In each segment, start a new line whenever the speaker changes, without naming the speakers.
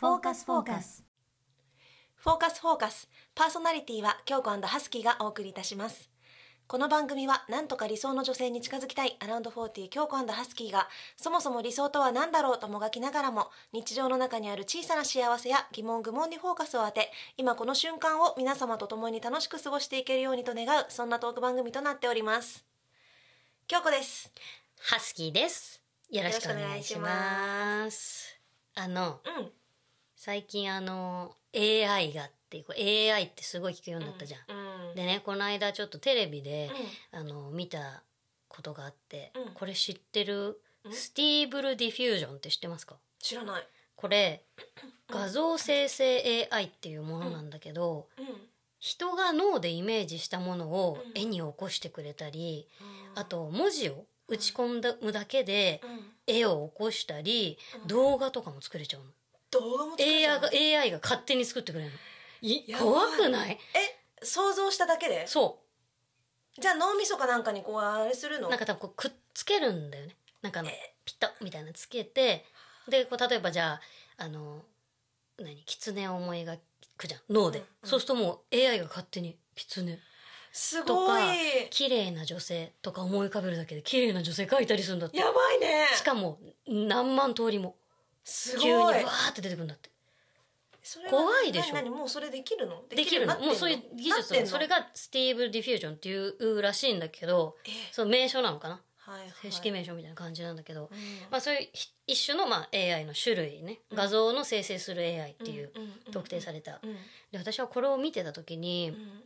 スフォーカス
フォーカスフォーカスパーソナリティは京子ハスキーがお送りいたしますこの番組はなんとか理想の女性に近づきたいアラウンド40京子ハスキーがそもそも理想とは何だろうともがきながらも日常の中にある小さな幸せや疑問愚問にフォーカスを当て今この瞬間を皆様と共に楽しく過ごしていけるようにと願うそんなトーク番組となっております京子です
ハスキーですよろしくお願いしますあの
うん
最近あの AI がっていうこれ AI ってすごい聞くようになったじゃん、
うん
でねこの間ちょっとテレビで、
う
あの見たことがあって、
うん
これ知ってる
うん
スティーブルディフュージョンって知ってますか
知らない
これ
うん
画像生成 AI っていうものなんだけど、
うん
人が脳でイメージしたものを
うん
絵に起こしてくれたり、あと文字を打ち込むだけで
うん
絵を起こしたり、
うん
動画とかも作れちゃうの。
動画も作れちゃ
AI
うの
が AI が勝手に作ってくれるの。い
やばい
怖くない
え想像しただけで
そ
じゃあ脳みそかなんかにこうあれする
う
の
なんか多分こうくっつけるんだよねなんかあのピッとみたいなのつけてでこう例えばじゃああの何狐を思い描くじゃん脳で、
うんうん
そうするともう AI が勝手に「狐
すごい
とか綺麗な女性」とか思い浮かべるだけで綺麗な女性描いたりするんだって
やばいね
しかも何万通りも
す
急
ご
にわ
い
ーって出てくるんだって
それは
怖いでしょ
なになにもうそれできるの
できるのもうそういう技術がそれ
が
がスティーブ・ディフュージョンっていうらしいんだけどその名称なのかな
はい
正式
名
名称みたいな感じなんだけど、ま
ま
あ、そういうひ一種のまあ AI の種類ね
うん
画像の生成する AI っていう特定さ
れ
れた
うんうん
で私はこれを見てた時に
うん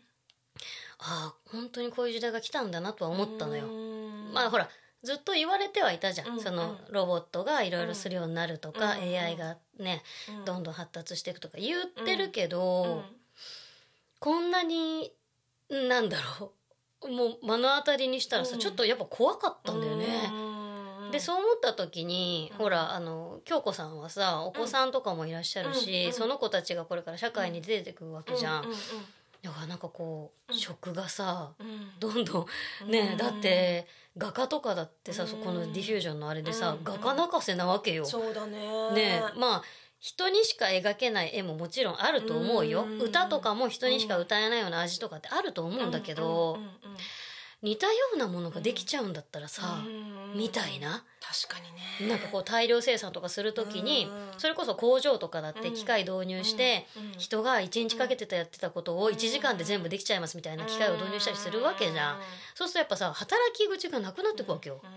ああ本当にこういう時代が来たんだなとは思ったのよ
う。ん
まあほらずっと言われてはいたじゃん、
うんうん
そのロボットがいろいろするようになるとか、
うんうん
AI がね
うん
どんどん発達していくとか言ってるけど、
うん
こんなになんだろうもう目の当たりにしたらさ、
うん
ちょっとやっぱ怖かったんだよね。
うん
でそう思った時に、
うん
ほらあの京子さんはさお子さんとかもいらっしゃるし、
うんうん
その子たちがこれから社会に出てくるわけじゃん。
うん
だからなんかこう、
うん
食がさ
うんうん
どんど
うん
んねえだって画家とかだってさ、
うん
そこのディフュージョンのあれでさ、
うん
画家泣かせなわけよ。
そうだね
ねえまあ人にしか描けない絵ももちろんあると思うよ、
うん
歌とかも人にしか歌えないような味とかってあると思うんだけど、
うんうんうんうん
似たようなものができちゃうんだったら
う
さ、
ん
みたいな
確かにね
なんかこう大量生産とかする時に、
うん
それこそ工場とかだっ
う
て
ん
機械導入して、
うん
人が1日かけてたやってたことを1時間で全部できちゃいますみたいな機械を導入したりするわけじゃん。そうするとやっぱさ働き口がなくなってくわけよ。
うん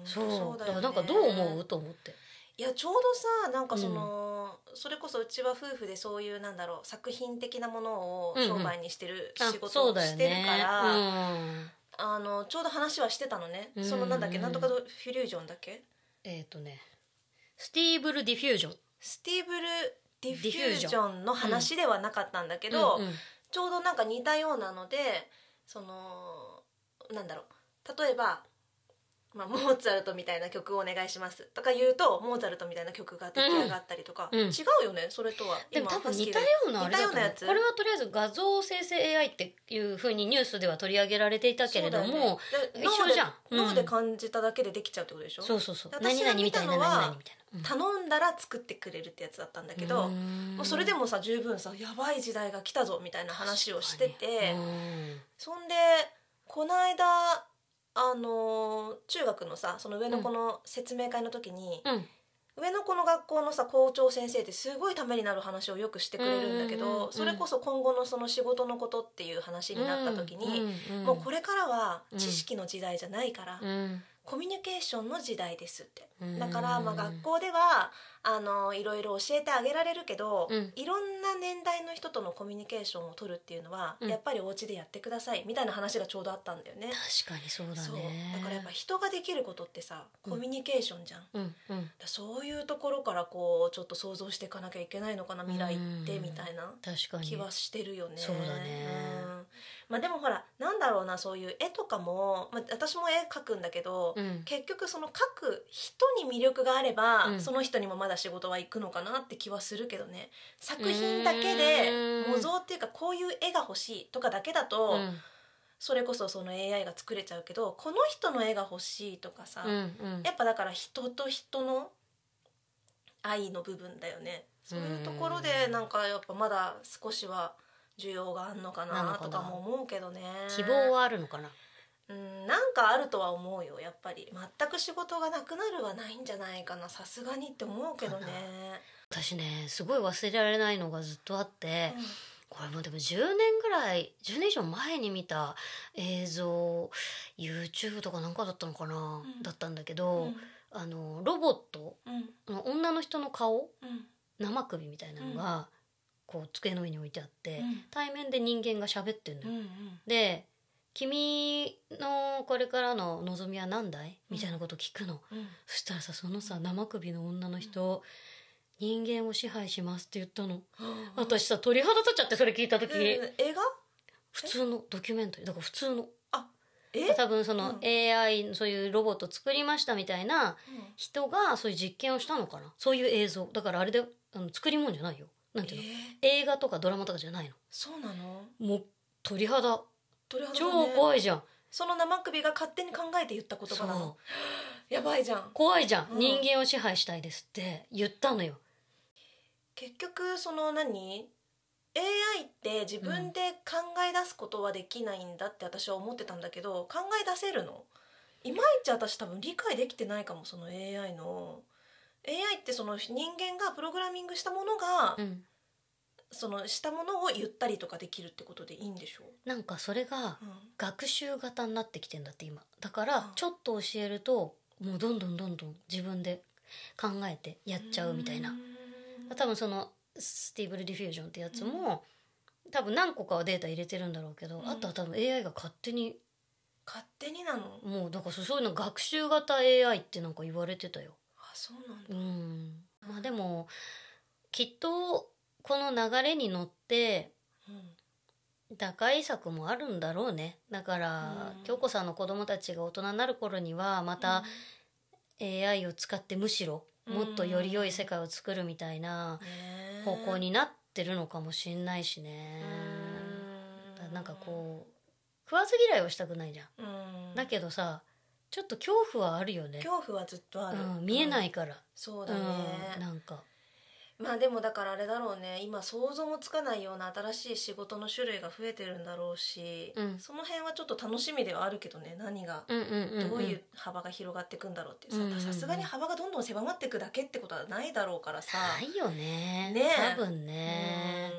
うん
そう
本当よ
だか
ね
らなんかどう思うと思って。
いやちょうどさなんかその、それこそうちは夫婦でそういうなんだろう作品的なものを
うんうん
商売にしてる
あ
仕事
そう
を
だ
し
よ
てる
ね
から、
うん
あのちょうど話はしてたのね、
うん
そのなんだっけなんとかドフュリュージョンだっけ
えっ、とねスティーブル・ディフュージョン。
スティーブル・ディフ
ディフュ
ュー
ージ
ジ
ョ
ョンの話ではなかったんだけど、
うんうん
ちょうどなんか似たようなのでそのなんだろう例えば、まあ、モーツァルトみたいな曲をお願いしますとか言うとモーツァルトみたいな曲が出来上がったりとか、
うんうん
違うよねそれとは
でも多分似たようなあれだと
似
思
たような
う
やつ
これはとりあえず画像生成 AI っていうふうにニュースでは取り上げられていたけれども、
そうだよねで
一緒じゃん
脳で
うん
脳で感じただけでできちゃうってことでしょ
そうそうそう
で
何
私が
々み
見
た
た
いな
の
何
は
々みたいな、うん
頼んだら作ってくれるってやつだったんだけど、もうそれで
も
もさ十分さやばい時代が来たぞみたいな話をしてて。そんでこの間あのー中学のさその上の子の説明会の時に、
うん
上の子の学校のさ校長先生ってすごいためになる話をよくしてくれるんだけど、
うんうんうんうん
それこそ今後のその仕事のことっていう話になった時に、、
ん
もうこれからは
うん
知識の時代じゃないから、
うん
コミュニケーションの時代ですって。
うん
だからまあ学校ではあのいろいろ教えてあげられるけど、
うん
いろんな年代の人とのコミュニケーションを取るっていうのは、
うん
やっぱりお家でやってくださいみたいな話がちょうどあったんだよね。
確かにそうだね
そうだからやっぱ人ができることってさ
うん
コミュニケーションじゃん。だか
うんうん
らそういうところからこうちょっと想像していかなきゃいけないのかな未来って
うん
みたいな
確かに
気はしてるよね。
そうだね
うんまあでもほらなんだろうなそういう絵とかも、まあ、私も絵描くんだけど、
うん
結局その描く人に魅力があれば、
うん
その人にもまだ仕事は行くのかなって気はするけどね作品だけで
うん
模造っていうかこういう絵が欲しいとかだけだと、
うん
それこそその AI が作れちゃうけどこの人の絵が欲しいとかさ、
うんうん
やっぱだから人と人の愛の部分だよねそういうところでなんかやっぱまだ少しは需要があんのか
なの
な
かな
とかも思うけどね
希望はあるのかな
うんなんかあるとは思うよやっぱり全く仕事がなくなるはないんじゃないかなさすがにって思うけどね
かな私ねすごい忘れられないのがずっとあって、これもでも10年ぐらい10年以上前に見た映像 YouTube とかなんかだったのかな、
うん
だったんだけ
う
ど、
ん
あのロボット
うんうん
あの女の人の顔
うん
生首みたいなのが、こう机の上に置いてあって、
うん
対面で人間が喋ってんのよ。
うん
で君のこれからの望みは何だいみたいなこと聞くの、
うん
そしたらさそのさ生首の女の人、人間を支配しますって言ったの、私さ鳥肌立っちゃってそれ聞いた時、
うん映画
普通のドキュメンタリーだから普通の
え
多分そ
う
の
ん
AI そういうロボット作りましたみたいな人がそういう実験をしたのかなそういう映像だからあれであの作り物じゃないよなんていうの、
えー
映画とかドラマとかじゃない
そうなの
のもう鳥肌
鳥肌だ
超
ね
怖いじゃん、
その生首が勝手に考えて言った言葉な
そう
のやばいじゃん
怖いじゃん、
うん
人間を支配したいですって言ったのよ
結局その何 AI って自分で考え出すことはできないんだって私は思ってたんだけど考え出せるのいまいち私多分理解できてないかもその AI の AI ってその人間がプログラミングしたものが、
うん
そのしたものを言ったりとかできるってことでいいんでしょ
なんかそれが
う、うん
学習型になってきてんだって今だか
うん
らちょっと教えるともうどんどんどんどん自分で考えてやっちゃうみたいな
うん
多分そのスティーブル・ディフュージョンってやつも、多分何個かはデータ入れてるんだろうけど、
うん
あとは多分 AI が勝手に
勝手になの
もうだからそうそういうの学習型 AI ってなんか言われてたよ。
あそうなんだ
うんまあ、でもきっとこの流れに乗って
うん
打開策もあるんだろうねだから、
うん
京子さんの子供たちが大人になる頃にはまた AI を使ってむしろもっとより良い世界を作るみたいな
ねえ
方向になってるのかもしんないし
う
ね。だから
ん
なんかこう食わず嫌いをしたくないじゃん。
うん
だけどさちょっと恐怖はあるよね。
恐怖はずっとある、
うん、見えないいから。
そうだね、
うん、なんか
まあでもだからあれだろうね今想像もつかないような新しい仕事の種類が増えてるんだろうし、
うん
その辺はちょっと楽しみではあるけどね何が
うんうんうんうん
どういう幅が広がっていくんだろうっていう
うんうんうん
ささすがに幅がどんどん狭まっていくだけってことはないだろうからさ。
ないよね
ねえ
多分ね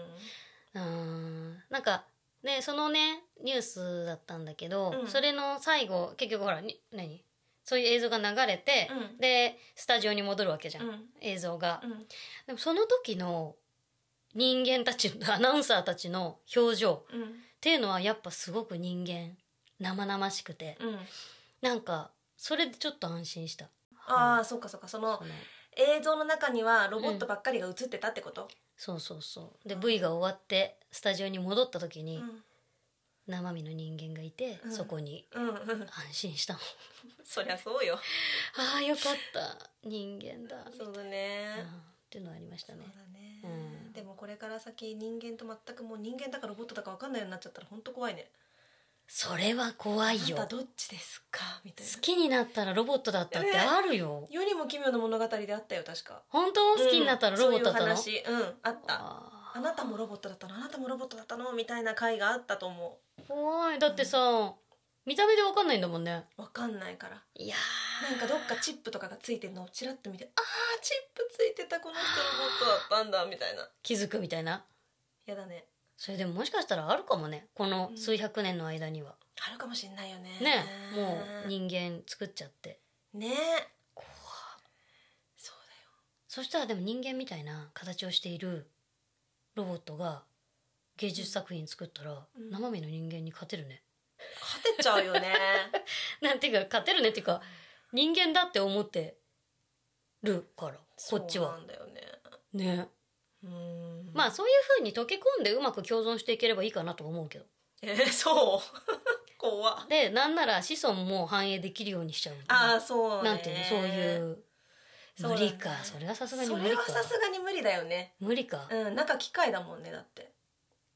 うんなんかねそのねニュースだったんだけど、
うん
それの最後結局ほらに何そういう映像が流れて、
うん
でスタジオに戻るわけじゃ、
うんん
映像が、
うんうん
でもその時の人間たち アナウンサーたちの表情っていうのはやっぱすごく人間生々しくて
うん
なんかそれでちょっと安心した
ああそうかそうかその
この
映像の中にはロボットばっかりが映ってたってこと、
そうそうそうで V が終わってスタジオに戻った時
う
に
ん
生身の人間がいて、
うん
そこに
うんうん、
安心したもん
そりゃそうよ
ああよかった人間だ
そうだ
うん
ね
っていうのはありましたね
そうだね、
うん
でもこれから先人間と全くもう人間だかロボットだか分かんないようになっちゃったら本当怖いね
それは怖いよ
あんた
好
どっちですかみたいな
きになったらロボットだったって
ね
あるよ
世にも奇妙な物語であったよ確か
本当好きになったらロボットだったの、
うん、そういう話うんあった
あー
あなたもロボットだったのあなたもロボットだったのみたいな回があったと思
怖いだってさ、見た目でわかんないんだもんね
う分かんないから
いや
なんかどっかチップとかがついてるのをチラッと見てあーチップついてたこの人ロボットだったんだみたいな
気づくみたいな
やだね
それでももしかしたらあるかもねこの
うん
数百年の間には、
あるかもしんないよね
ねもう人間作っちゃって
ね
怖
そうだよ
そしたらでも人間みたいな形をしているロボットが芸術作品作ったら
うん
生身の人間に勝てるね、
勝てちゃうよ ね
なんていうか勝てるねっていうか人間だって思ってるからこっち
そう
は
なんだよね
ね
うん
まあそういう風に溶け込んでうまく共存していければいいかなと思うけど
えー、そう 怖っ
でなんなら子孫も反映できるようにしちゃう
ああそうね
なんていうのそういう
そう
無
だね
理かそ,、れはさすがに
そ
無理
れ
か
はさすがに無理だよね
無理か、
うんなんか機械だもんねだって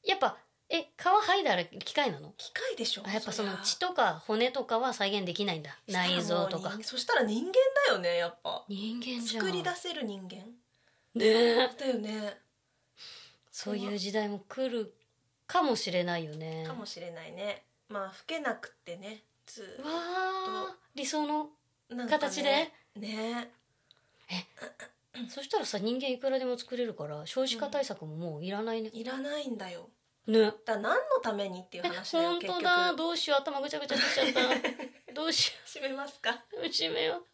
やっぱえ皮剥いだら機械なの
機械でしょ
あやっぱその
りゃ
血とか骨とかは再現できないんだ内臓と
したらもう
か
人間そしたら人間だよねやっぱ
人間じゃん
作り出せる人間
ねえ
だよね
そういう時代も来るかもしれないよね
かもしれないねまあ老けなくってねず
わあ理想の
なんかね
形で
ね
そしたらさ人間いくらでも作れるから少子化対策ももういらないね、
いらないんだよ
ね
だから何のためにっていう
え
話だよ
本
結局
当だどうしよう頭ぐちゃぐちゃになっち ゃったどうしよ
閉めますか
う閉めよう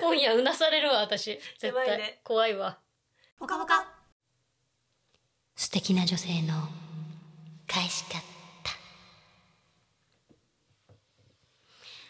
今夜うなされるわ私
や
絶
ばいね
対、怖いわ
ぽかぽか
素敵な女性の返し方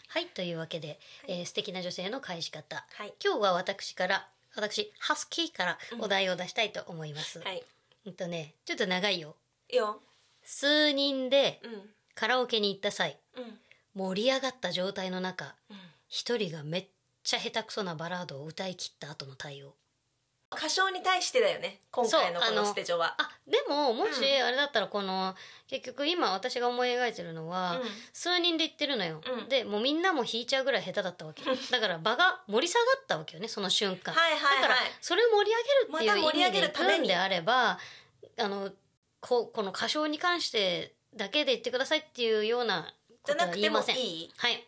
はいというわけで、えー素敵な女性の返し方
はい
今日は私から私ハスキーからお題を出したいと思います、
はい
うんとねちょっと長いよ
いいよ
数人で
うん
カラオケに行った際
うん
盛り上がった状態の中
うん
一人がめっちゃ下手くそなバラードを歌い切った後の対応
歌唱に対してだよね今回の
そう
こ
あの
のステジョは
あでももし
う
あれだったらこの結局今私が思い描いてるのは、
うん
数人で行ってるのよ、
うん
でもうみんなも弾いちゃうぐらい下手だったわ けだから場が盛り下がったわけよねその瞬間、
はいはい
だから
はい
それを盛り上げる
ま
ったて
盛
い
り
う
上
意
げ
味
る
で
ために
行くんであればあのここの歌唱に関してだけで言ってくださいっていうような
じゃ
こと
な
は
く
言い
ても
ません
いい
はい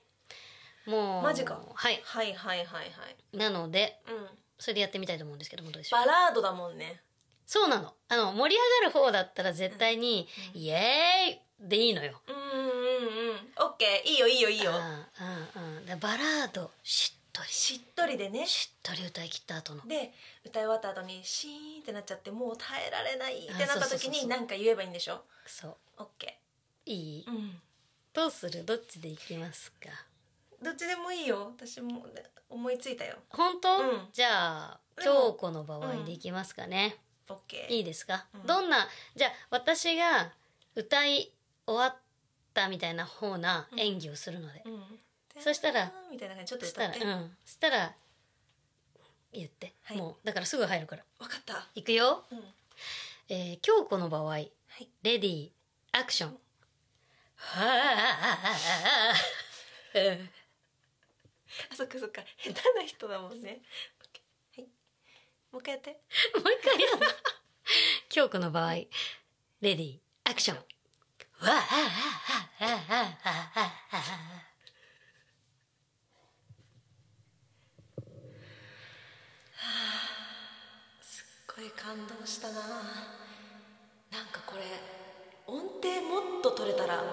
もう
マジか
はい
はいはいはいはい
なので
うん
それでやってみたいと思うんですけどもどうでしょう
バラードだもんね
そうなのあの盛り上がる方だったら絶対に「イエーイ!」でいいのよ
うんうんうんオッケーいいよいいよいいよ
うんうんうんだからバラードしっとりし
しっとりでね
しっとり歌い切った後の
で歌い終わった後にシーンってなっちゃってもう耐えられないってなった
あそうそう
時
そうそ
に
う
何か言えばいいんでしょ
そう
オッケ
いい
ーうん
どうするどっちでいきますか
どっちでもいいよ私もね思いついたよ
本当、
うん
じゃあ
でも
京子の場合でいきますかね、
オッケー
いいですか、
うん
どんなじゃあ私が歌い終わったみたいな方な演技をするので、
うん
そしたら
みたいな感じちょっと
そし
歌
た
っ
ら
て、
うんそしたら言って、
はい
もうだからすぐ入るから
分かった
いくよ、
うん
えー、京子の場合レ
はい
ディーアクションはあ
あそっかそっか下手な人だもんねオッケーはいもう一回やって
もう一回やる京子の場合レディーアクションわあ
すごい感動したななんかこれ音程もっと取れたら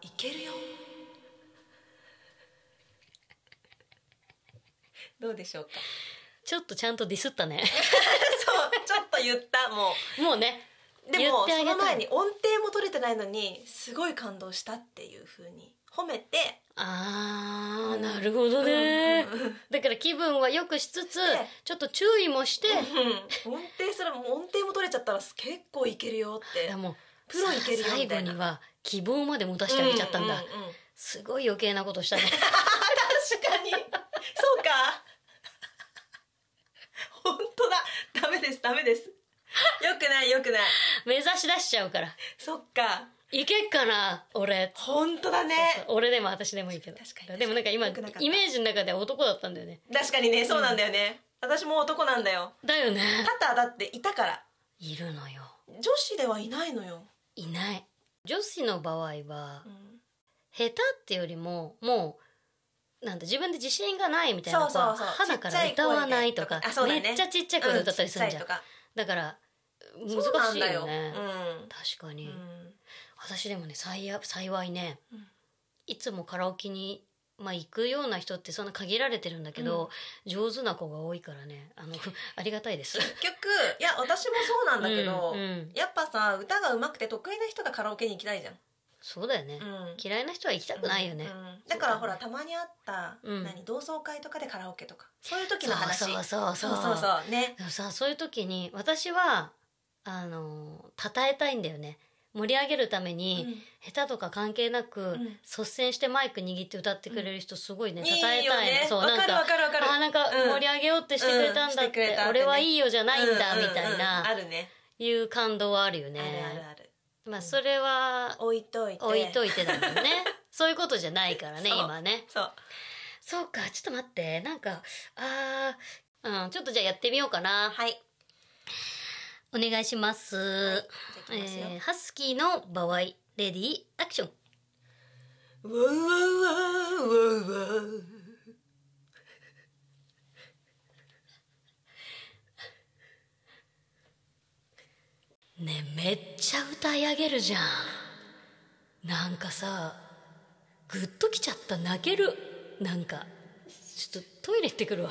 いけるよ どうでしょうか
ちょっとちゃんとディスったね
そうちょっと言ったも
もうね
うでも
言ってあ
そ
げた
の
い
前に音程も取れてないのにすごい感動したっていう風に褒めて
あーなるほどね、
うんうんうん
だから気分は良くしつつ
ええ
ちょっと注意もして、
音程すらもう音程も取れちゃったら結構いけるよっ
い
て
やもう
プロいけるよ
さ
み
最
た
後
いな
には希望まで持たしてあげちゃったんだ、
うううん
すごい余計なことしたね
確かにそうか本当だダメですダメですよくないよくない
目指し出しちゃうから
そっか
いけっかな俺
本当だね
俺でも私でもいいけど
確かに確かに
でもなんか今
良くなかった
イメージの中では男だったんだよね
確かにねそうなんだよね、私も男なんだよ
だよね
パターだっていたから
いるのよ
女子ではいないのよ、
いない女子の場合は
うん
下手ってよりももうなんだ自分で自信がないみたいな
そう
子
そう
は
そう
肌から歌わないとか
ちっちゃい声でとかあそうだね
めっちゃちっちゃい声で歌ったりするんじゃん、
うちっちゃ
だから
いとか
難しいよね
そうなんだよ
確か
う
に、
ん、うん
私でもね幸幸いね、
うん
いつもカラオケに、まあ、行くような人ってそんな限られてるんだけど、上手な子が多いからねあのありがたいです。
結局いや私もそうなんだけど、
うんうん
やっぱさ歌が上手くて得意な人がカラオケに行きたいじゃん、
そうだよね、
うん、
嫌いな人は行きたくないよね。
うんうんだからほらたまにあった、
うん
何同窓会とかでカラオケとかそういう時の話
そうそうそ
そ
うそうう
そうそうね
でもさそういう時に私はあの称えたいんだよね。盛り上げるために、下手とか関係なく、
ん
率先してマイク握って歌ってくれる人すごいね、
いい
称えたい
よ
の
ね
そう
わ
なん
かるわかるわかる
あーなんか
うん
盛り上げようってしてくれたんだ
うんし
ってて,、
くれたってね
俺はいいよじゃないんだ、
ううう
みたいな、
あるね
いう感動はあるよね。
あるあるある
まあそれは
置いといて
置いといてだもんね。 そういうことじゃないからね
そう
今ね。
そう
そうかちょっと待ってなんかあーうん、ちょっとじゃあやってみようかな。
はい。
お願いします。
はいじゃあいきますよ
えーハスキーの場合、レディー、アクション。
わうわうわうわうわ
ねえめっちゃ歌い上げるじゃんなんかさグッときちゃった泣けるなんかちょっとトイレ行ってくるわ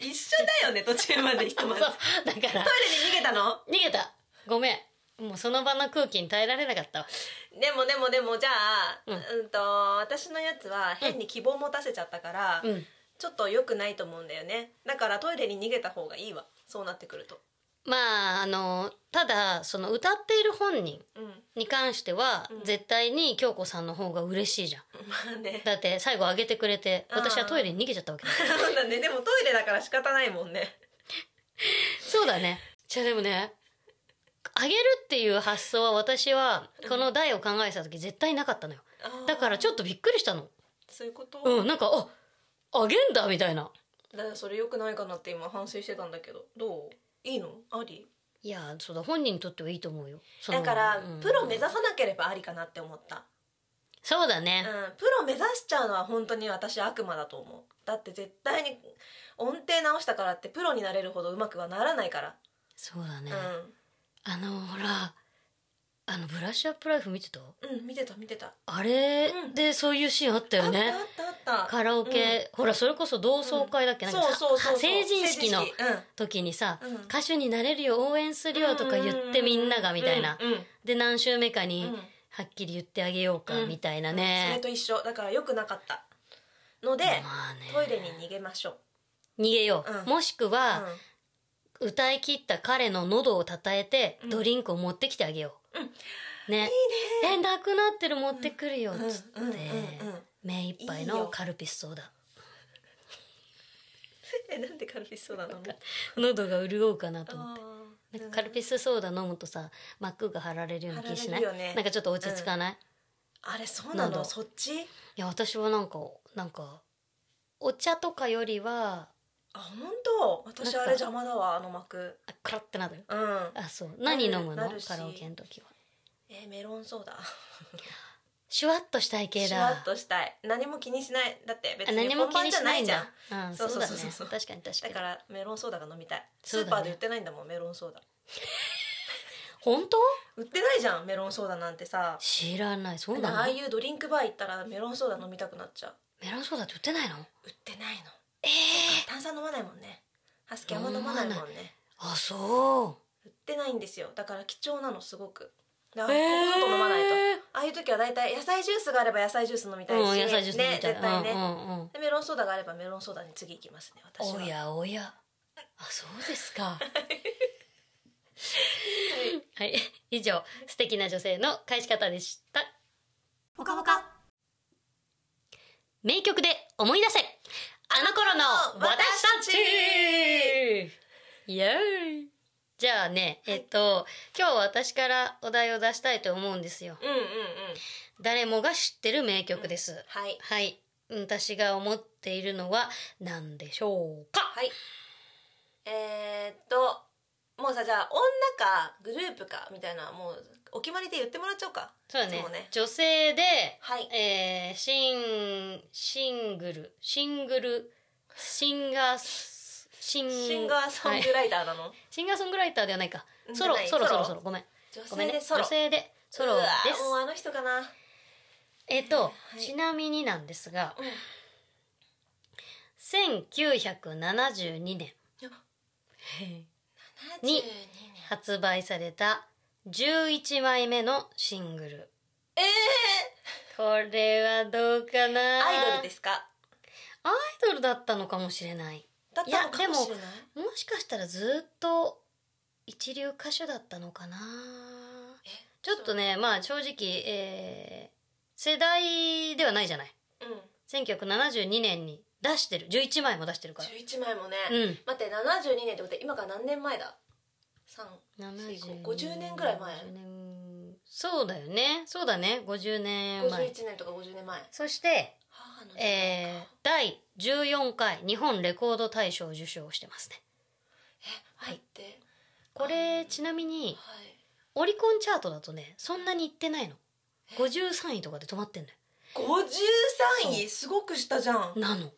一緒だよね、途中までひと
そ
ま
う
ず。ト
だから
イレに逃げたの
逃げたごめんもうその場の空気に耐えられなかったわ
でもでもでも、じゃあ、う
うん
ん、と、私のやつは変に希望持たせちゃったから、
うん
ちょっと良くないと思うんだよね。だからトイレに逃げた方がいいわ。そうなってくると。
まああのただその歌っている本人
うん。
に関しては、
うん
絶対に京子さんの方が嬉しいじゃん
まあね。
だって最後あげてくれて
あー
私はトイレに逃げちゃったわ けだ
そうだね。でもトイレだから仕方ないもんね。
そうだね。じゃあでもね、あげるっていう発想は私はこの題を考えてた時絶対なかったのよ。だからち
ょっ
ょっとびっくりしたの。
と。そういうこと、
うん、なんか、あ、あげんだみたいな。
だからそれ良くないかなって今反省してたんだけど。どういいのあり
いや、そうだ、本人にとってはいいと思うよ。その
だから、
うん
プロ目指さなければありかなって思った。
そうだね。
うん、プロ目指しちゃうのは本当に私悪魔だと思うだって絶対に音程直したからってプロになれるほどうまくはならないから、
そうだね。あの、ほら、あの、ブラッシュアップライフ見てた
うん、うん、見てた見てた、
あれ
うん
でそういうシーンあったよね。
あったあったあった
カラオケ、ほら、それこそ同窓会だっけ、なん
そう
かさ
そうそうそう
成人式の
成人
時にさ、
うん
歌手になれるよ応援するよとか言ってみんながみたいな、
うんうんうん
で何週目か
う
に
ん
はっきり言ってあげようか
うん
みたいな
それ
ね,、
と一緒だから良くなかったので、
まあね
トイレに逃げましょう、
逃げよう、
うん
もしく
うん
は、歌い切った彼の喉をたたえて
うん
ドリンクを持ってきてあげよう、ねえなくなってる持ってくるよっつって、
うんうん うんうん
目いっぱい
いいよ
のカルピスソーダ
えなんでカルピスソーダなの
喉が潤うかなと思って
あー
なんかカルピスソーダ飲むとさ膜が張られるような気しない、
張られるよね
なんかちょっと落ち着かない、
あれそうなの
喉
そっち
いや私はなんかなんかお茶とかよりは
あ本当私あれ
なんか
邪魔だわあの膜
あカラッてなる
うん
あそう何飲む
な
の
るし
カラオケの時は
えーメロンソーダ
シュワッとしたい系
シュワ
だ
ッとしたい何も気にしないだって別
あ
に
何も
本
気
番
に
じゃ
し
な
ない
い
ん
じゃん
だうん
そ
そ
そ
うう
う
だ
そう
ね
そう
確かに確か
だ
に
からメロンソーダが飲みたい、ス
そうだね
ーパーで売ってないんだもんメロンソーダ
本当
売ってないじゃんメロンソーダなんてさ
知らないそうなの
ああいうドリンクバー行ったらメロンソーダ飲みたくなっちゃう
メロンソーダって売ってないの
売ってないの
ええ
炭酸飲まないもんねハスキーあんま飲まないもんね
あそ
売ってないんですよだから貴重なのすごくだ
う
からここぞと飲まないと、
え
ああいう時は大体野菜ジュースがあれば野菜ジュース飲みたいし、
ーうん野菜ジュースみ
ね
たい
絶対ね、
うんうんうん
でメロンソーダがあればメロンソーダに次行きますね私は
おやおやあそうですかはい以上素敵な女性の返し方でした
ほかほか
名曲で思い出せあの頃の私たちイエーイじゃあね、えっと今日は私からお題を出したいと思うんですよ
うんうんうん
誰もが知ってる名曲です、
はい
はい私が思っているのは何でしょうか
はいえー、っともうさじゃあ女かグループかみたいなもうお決まりで言ってもらっちゃおうか
そうだね
いつもね
女性で、
はい
えーシンシングルシングルシンガースシン
シンガーソングライターなの、
シンガーソングライターではないか。
うん
ソロ
じゃない、
ソロ、
ソ
ソ
ロ
ロ、ソロ、ごめん。
女
ごめん
性
ね
で。ソロ
女性で、ソロ
う
で
わ
す。
もうあの人かな、
えっと
は、い
ちなみになんですが、
うん
1972年
や72
に
年
発売された11枚目のシングル。
え
これはどうか
ー、
な
アイドルですか
アイドルだったのかもしれない。
だったの
い
か
や
も
でも
しれない
もしかしたらずっと一流歌手だったのかな
え
ちょっとね、まあ正直、えー世代ではないじゃない。
うん
1972年に出してる11枚も出してるから
11枚もね、
うん
待って72年ってことで今から何年前だ3
70
50年ぐらい前
50年そうだよねそうだね50年前
51年とか50年前は
そして
ああの
えー第14回日本レコード大賞を受賞してますね
入って
これちなみ
は
に
い
オリコンチャートだとねそんなにいってないの53位とかで止まってんのよ
53位すごくしたじゃん
なの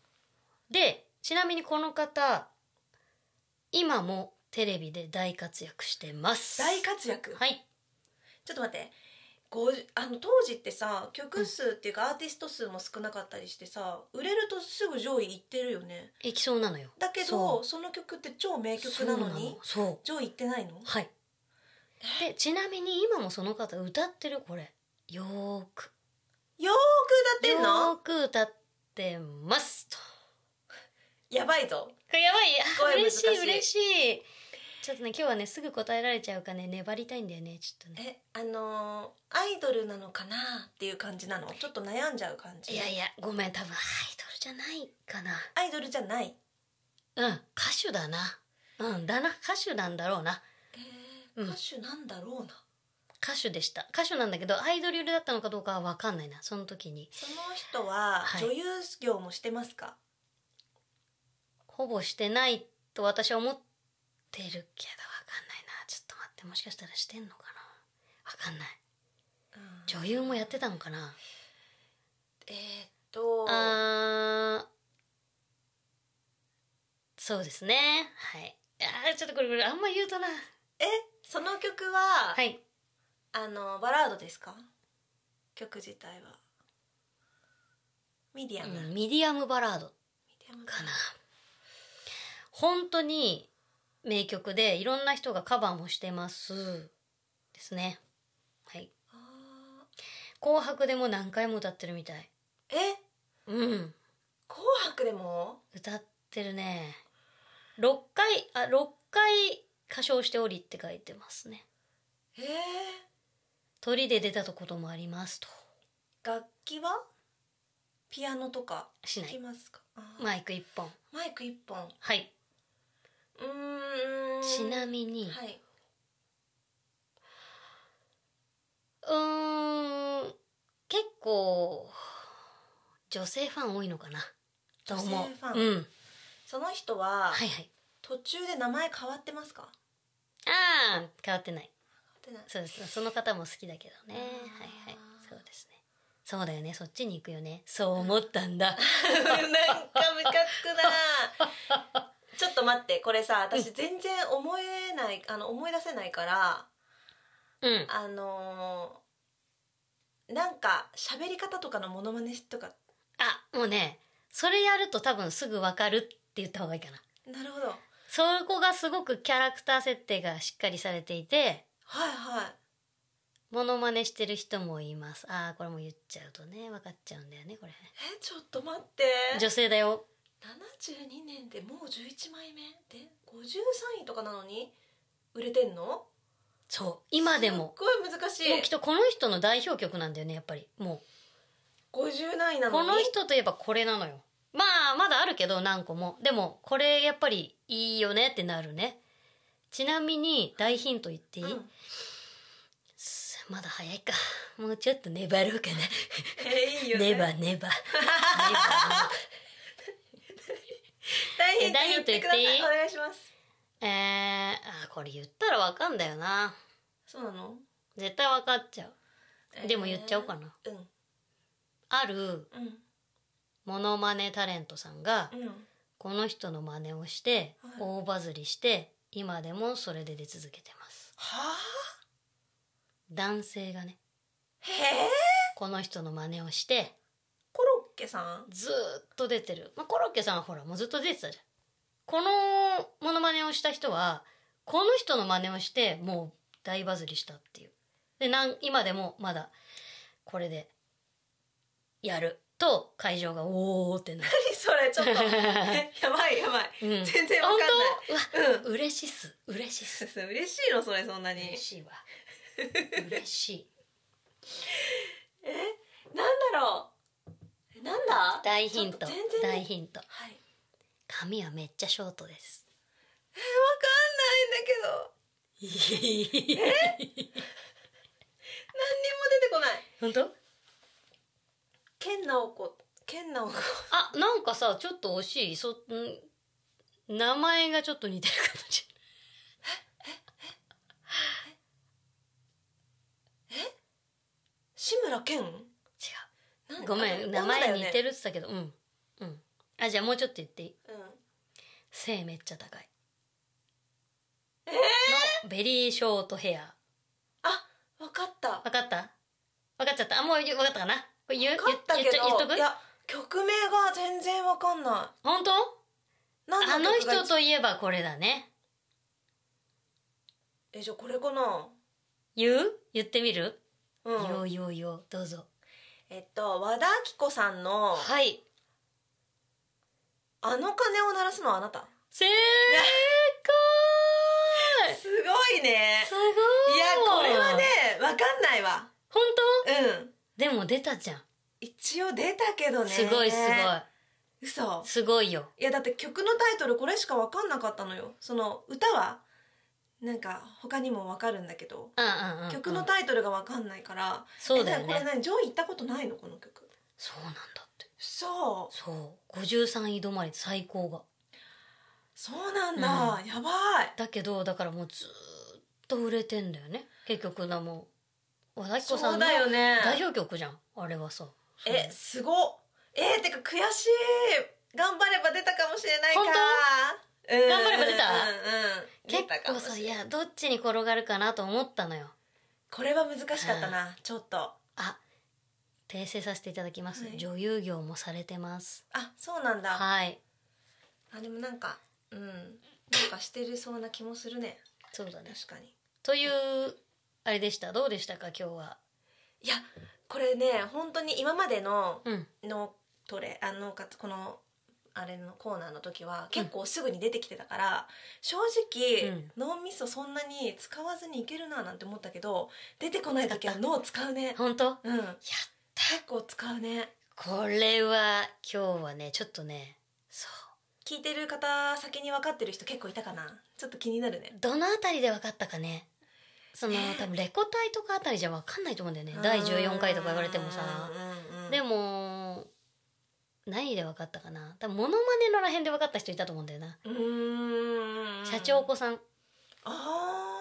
でちなみにこの方今もテレビで大活躍してます
大活躍
はい
ちょっと待って50あの当時ってさ曲数っていうかアーティスト数も少なかったりしてさ売れるとすぐ上位いってるよね
いきそうなのよ
だけ
そ
どその曲って超名曲
そう
なの
なの
に
そう
上位いってないの
はいでちなみに今もその方歌ってるこれよーく
よーく歌ってん
よ
の
ーく歌ってますと
やばいぞ
これやばい
声難
嬉
し
し
い
い嬉しいちょっとね今日はねすぐ答えられちゃうかね粘りたいんだよねちょっとね
えあのーアイドルなのかなっていう感じなのちょっと悩んじゃう感じ
いやいやごめん多分アイドルじゃないかな
アイドルじゃない
うん歌手だなうんだな歌手なんだろうな
歌
うん
手なんだろうな
歌手でした歌手なんだけどアイドルだったのかどうかは分かんないなその時に
その人は
はい
女優業もしてますか、
ほぼしてないと私は思ってるけど分かんないなちょっと待ってもしかしたらしてんのかな分かんない
うん
女優もやってたのかな
えー、っと
あーそうですねはいあーちょっとこれこれあんま言うとな
えその曲は、
はい
あのバラードですか曲自体はミディアム、
う
ミ
んミディアムバラード
ディアム
かな本当に名曲でいろんな人がカバーもしてますですねはい
あ
「紅白」でも何回も歌ってるみたい
ーえ
うん
紅白でも
歌ってるね6回あ六回歌唱しておりって書いてますね
え
鳥で出たこともありますと
ー、楽器はピアノとか
しな
弾き
い
ますか、あー
マイク1本
マイク一本
はいう
ーん
ちなみに、
はいう
ーん結構女性ファン多いのかなと思う
女性ファン
うん
その人は
はいはい
途中で名前変わって ますか
ああ変わってない
変わってない
そうですその方も好きだけどねはい
あー
はいそうですねそうだよねそっちに行くよねそう思ったん
なん
だ
かムカつくな ちょっと待ってこれさ私全然思えないあの思い出せないから
うん
あのーなんか喋り方とかのモノマネとか
あもうねそれやると多分すぐわかるって言った方がいいかな
なるほどはい
そこがすごくキャラクター設定がしっかりされていて
はい
モノマネしてる人もいますああこれも言っちゃうとね分かっちゃうんだよねこれ
えちょっと待って
女性だよ
72年でもう11枚目で53位とかなのに売れてんの
そう今でも
すっごい難しい
もうきっとこの人の代表曲なんだよねやっぱりも
50何位な
う
の
こ
に
の人といえばこれなのよまあまだあるけど何個もでもこれやっぱりいいよねってなるねちなみに大ヒント言っていい、
うん
すまだ早いかもうちょっと粘ろうかな
えーいいよね
ネ バネバ
大ヒン
え大ヒ
ト言
ント言
っ
ってて
ください
いい
お願いします
えー、あこれ言ったらわかんだよな
そうなの
絶対わかっちゃうでも言っちゃおうか
な、
な、
えー
ある
うん
モノマネタレントさんが
うんうん
この人の真似をして
はい
大バズりして今でもそれで出続けてます
はあ
男性がね
へえ
この人の真似をして
コロッケさん
ずーっと出てる、まあ、コロッケさんはほらもうずっと出てたじゃんこのモノマネをした人はこの人の真似をしてもう大バズりしたっていうでなん今でもまだこれでやると会場がおーってなる、
何それち ょっとえやばいやばい、
うん
全然わかんないうん
本当うわ嬉しいっす嬉しいっす
嬉しいのそれそんなに
嬉しいわ嬉しい
えなんだろうえなんだ
大ヒン
ちょ
ト
っと全然
大ヒント
はいわ
髪はめっちゃショートです
かんないんだけど何にも出てこない
本当
健直子健直が
あなんかさちょっと惜しいそん名前がちょっと似てるかもし
志村けん
れない違うごめん名前似て
る、
るって言ってたけどうんうんあじゃあもうちょっと言っていい
うん、
背めっちゃ高い
え
のベリーショートヘア
ー、わかった
わかったわかっちゃったあもうわかったかなこれ言う
分かったけ
言っちゃ言っと
ど
く
いや曲名が全然わかんな
本当
い何
あの
曲が
人といえばこれだね
えじゃあこれかな
言う言ってみる、
う
言お
ん
う言おう言おうどうぞ
えっと和田アキ子さんの
はい
「あの鐘を鳴らすのはあなた
正解」
すごいね
すごい
いやこれはねわかんないわ
本
うん
当でも出たじゃん、
一応出たけどね
すごいす
い嘘
ごいすごいよ
いやだって曲のタイトルこれしかわかんなかったのよその歌はなんか他にもわかるんだけど
うんうんうんうん
曲のタイトルがわかんないから
そうだよ
えこれ
ね
何上位行ったことないのこの曲
そうなんだって
そう
そう53位止まり最高が
そうなんだ、やばい
だけどだからもうずーっと売れてんだよね結局なもう和田アキ子さんの
ね
代表曲じゃんあれはさそう
えすごっえー、てか悔しい頑張れば出たかもしれないか
本
うん
頑張れば出た
うんうん出
結
たか
構
も
さ
し
い
れない
やどっちに転がるかなと思ったのよ
これは難しかったな、ちょっと
あ訂正させていただきます、
はい
女優業もされてます
あそうなんだ、
はい
あでもなんかうんなんかしてるそうな気もするね
そうだね
確かに
というあれでしたどうでしたか今日はい
やこれね本当に今までの
うん
のトレあのかつこのあれのコーナーの時は結構すぐに出てきてたから、正直、
うん
脳みそそんなに使わずにいけるななんて思ったけど出てこない時は脳使うね
本当やっ
うん
た
結構使うね
これは今日はねちょっとねそ
聞いてる方先に分かってる人結構いたかなちょっと気になるね
うどのあたりで分かったかねその
えー
多分レコ大とかあたりじゃ分かんないと思うんだよね第14回とか言われてもさ
うんうん
でも何で分かったかな多分モノマネのらへんで分かった人いたと思うんだよな、
うん
社長子さん
あ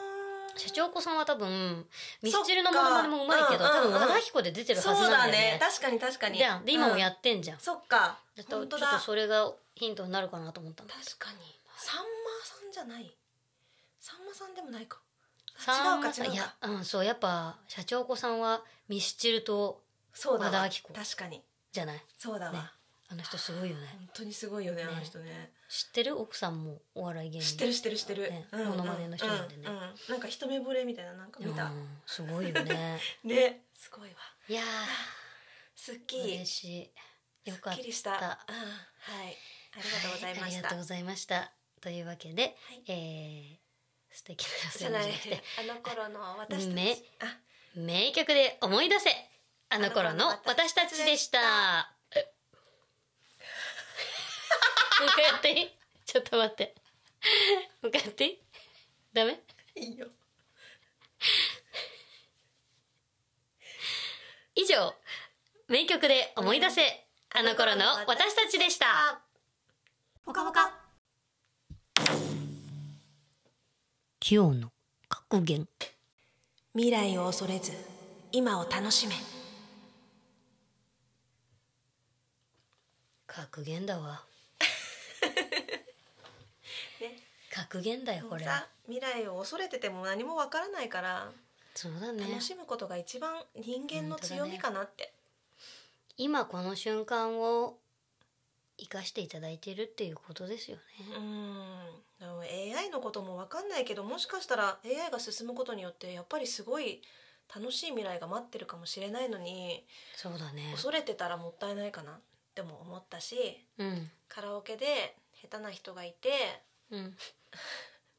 ー
社長子さんは多分ミス
そっか
チルのモノマネもうまいけど、
うんうんうん
多分和田アキ子で出てるはず
そう
な
だ
んだよ
ね
ね
確かに確かに
じゃんで今もや
っ、
ってんじゃん
うん、そっか
だと
本当
ちょっと
だ
それがヒントになるかなと思ったんだ
確かにさんまさんじゃないさんまさんでもないか
さ
あ違
ん
う
ま
か
さん
違う
い
か
やうんそうやっぱ社長子さんはミスチルと
そうだわ
和田アキ子
確かに
じゃない
そうだわ、
ねあの人すごいよね
本当にすごいよね
ね
あの人ね
知ってる奥さんもお笑い芸人
知ってる知ってる知ってる、
ね
うんうん
モノマネの人なんでね
うんうんなんか一目惚れみたいななんか見
う
た、
んすごいよね
ねす ごいわ
いや
すっき
ー
り
嬉しいよ
す
か
っ
った
きりした、うん、はいありがとうございま
はあり
し
が
た、
とうございましたというわけで、
い
えー素敵な
じゃ
予
ない
選じゃなくて
あの頃の私たち、
ね
あ
名曲で思い出せあの頃の私たちでしたえもう一回やっていいちょっと待ってもう一回やっていいダメ
いいよ
以上名曲で思い出せあの頃の私たちでした
ぽかぽか
今日の格言
未来を恐れず今を楽しめ
格言だ わ
ね
格言だよこれ
さ未来を恐れてても何もわからないから、
そうだね
楽しむことが一番人間の強みかなって、
今この瞬間を生かしていただいてるっていうことですよ
う
ね
ーん AI のこともわかんないけどもしかしたら AI が進むことによってやっぱりすごい楽しい未来が待ってるかもしれないのに
そうだね
恐れてたらもったいないかなっても思ったし
うん
カラオケで下手な人がいて
うん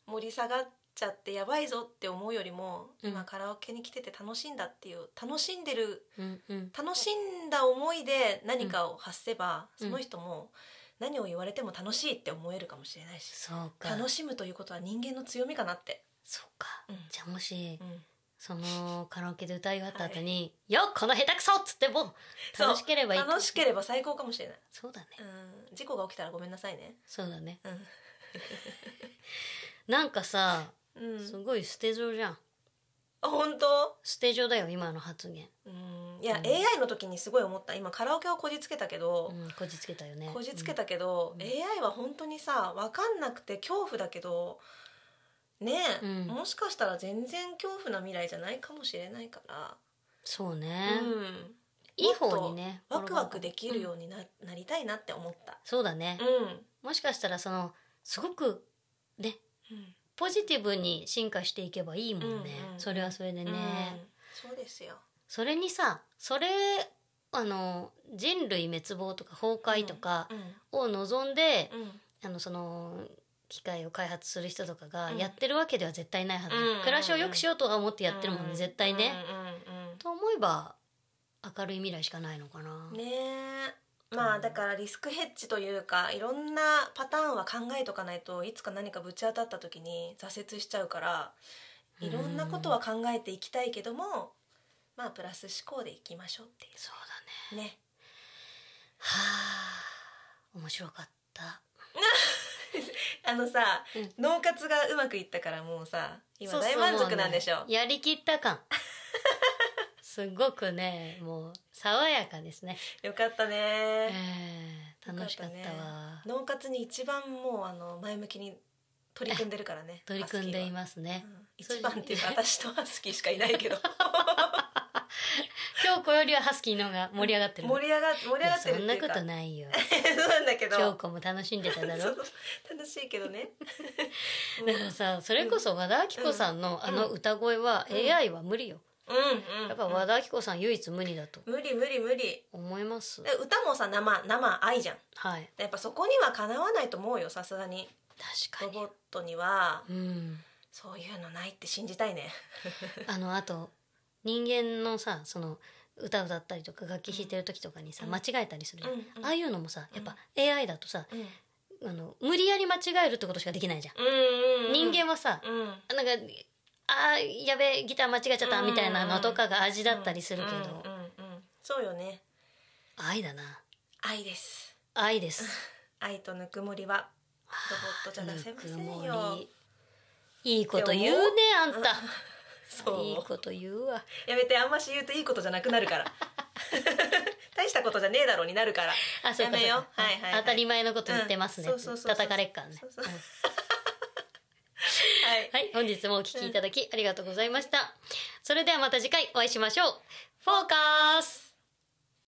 盛り下がっちゃってやばいぞって思うよりも、
うん
今カラオケに来てて楽しいんだっていう楽しんでる
うんうん
楽しんだ思いで何かを発せば、
うん
その人も何を言われても楽しいって思えるかもしれないし、
そうか
楽しむということは人間の強みかなって、
そうか、
うん
じゃあもし
うん
そのカラオケで歌い終わった後に「よっこの下手くそ!」っつってもう楽しければいい
楽しければ最高かもしれない
そうだね
うん事故が起きたらごめんなさいね
そうだね
うん
なんかさ
うん
すごい捨て状じゃん
あ本当
捨て状だよ今の発言、
うんいや、
うん
AI の時にすごい思った今カラオケをこじつけたけど
う、ん、こじつけたよね
こじつけたけど、AI は本当にさ分かんなくて恐怖だけどねえ、
うん
もしかしたら全然恐怖な未来じゃないかもしれないから、
そうね、
うん、
いい方にね
ワクワクできる
うん
ようにな,、なりたいなって思った。
そうだね
う、ん
もしかしたらそのすごくね
うん
ポジティブに進化していけばいいもんね、
うん
それはそれでね、
うんそうですよ。
それにさそれあの人類滅亡とか崩壊とか
うん
を望んで、
うん
あのその機械を開発する人とかが
うん
やってるわけでは絶対ないはず、
うん
暮らしを良くしようとは思ってやってるもんね、
うん
絶対ね、
うんうんうん
と思えば明るい未来しかないのかな、
ねえまあだからリスクヘッジというかいろんなパターンは考えとかないといつか何かぶち当たった時に挫折しちゃうからいろんなことは考えていきたいけどもまあプラス思考でいきましょうってい
そうだね
うね
はあ面白かった
あのさ、
うん
脳活がうまくいったからもうさ今大満足なんでしょ
そうそうもうねやりきっ た感すごくねもう爽やかですね、
よかった
え
ね
ー、楽しかった
よ
わ
ね脳活に一番もうあの前向きに取り組んでるからね
取り組んでい
ま
ますね
一番っていうか私とハスキーしかいないけど
京子よりはハスキーの方が盛り上がってる
盛り上が盛り上がってる
い
っ
や
てい
そんな
うか
ことないよ
そうなんだけど
京子も楽しんでた だ
そ
ろ
う楽しいけどねうん
だからさそれこそ和田アキ子さんのあの歌声は
うん
AI は無理よ
うんうん
やっぱ和田アキ子さん唯一無二だと
無理無理無理
思います
で歌もさ生生愛じゃん
はい
やっぱそこにはかなわないと思うよさすがにロ
確か
ボットには
にうん
そういうのないって信じたいね
あのあと人間のさその歌歌ったりとか楽器弾いてる時とかにさ、
うん
間違えたりするじゃん、
うんうん
ああいうのもさやっぱ AI だとさ
うん
あの無理やり間違えるってことしかできないじゃん、人間はさ
間うん
なんかあーやべえギター間違えちゃったみたいなのとかが味だったりするけど、
うんうんうんそうよね
愛だな
愛です
愛です
愛とぬくもりはロボットじゃ出せません
ぬくも
よ
りいいこと言うねあんた
そう
いいこと言うわ
やめてあんまし言うといいことじゃなくなるから 大したことじゃねえだろうになるから
あそうか
やめ
そう
よ
か
うはいはい、はい、
当たり前のこと言ってますね、
うんそうそうそうそう
叩かれっからね
そうそう
うん
はい
はい、本日もお聞きいただきありがとうございました。それではまた次回お会いしましょう。フォーカス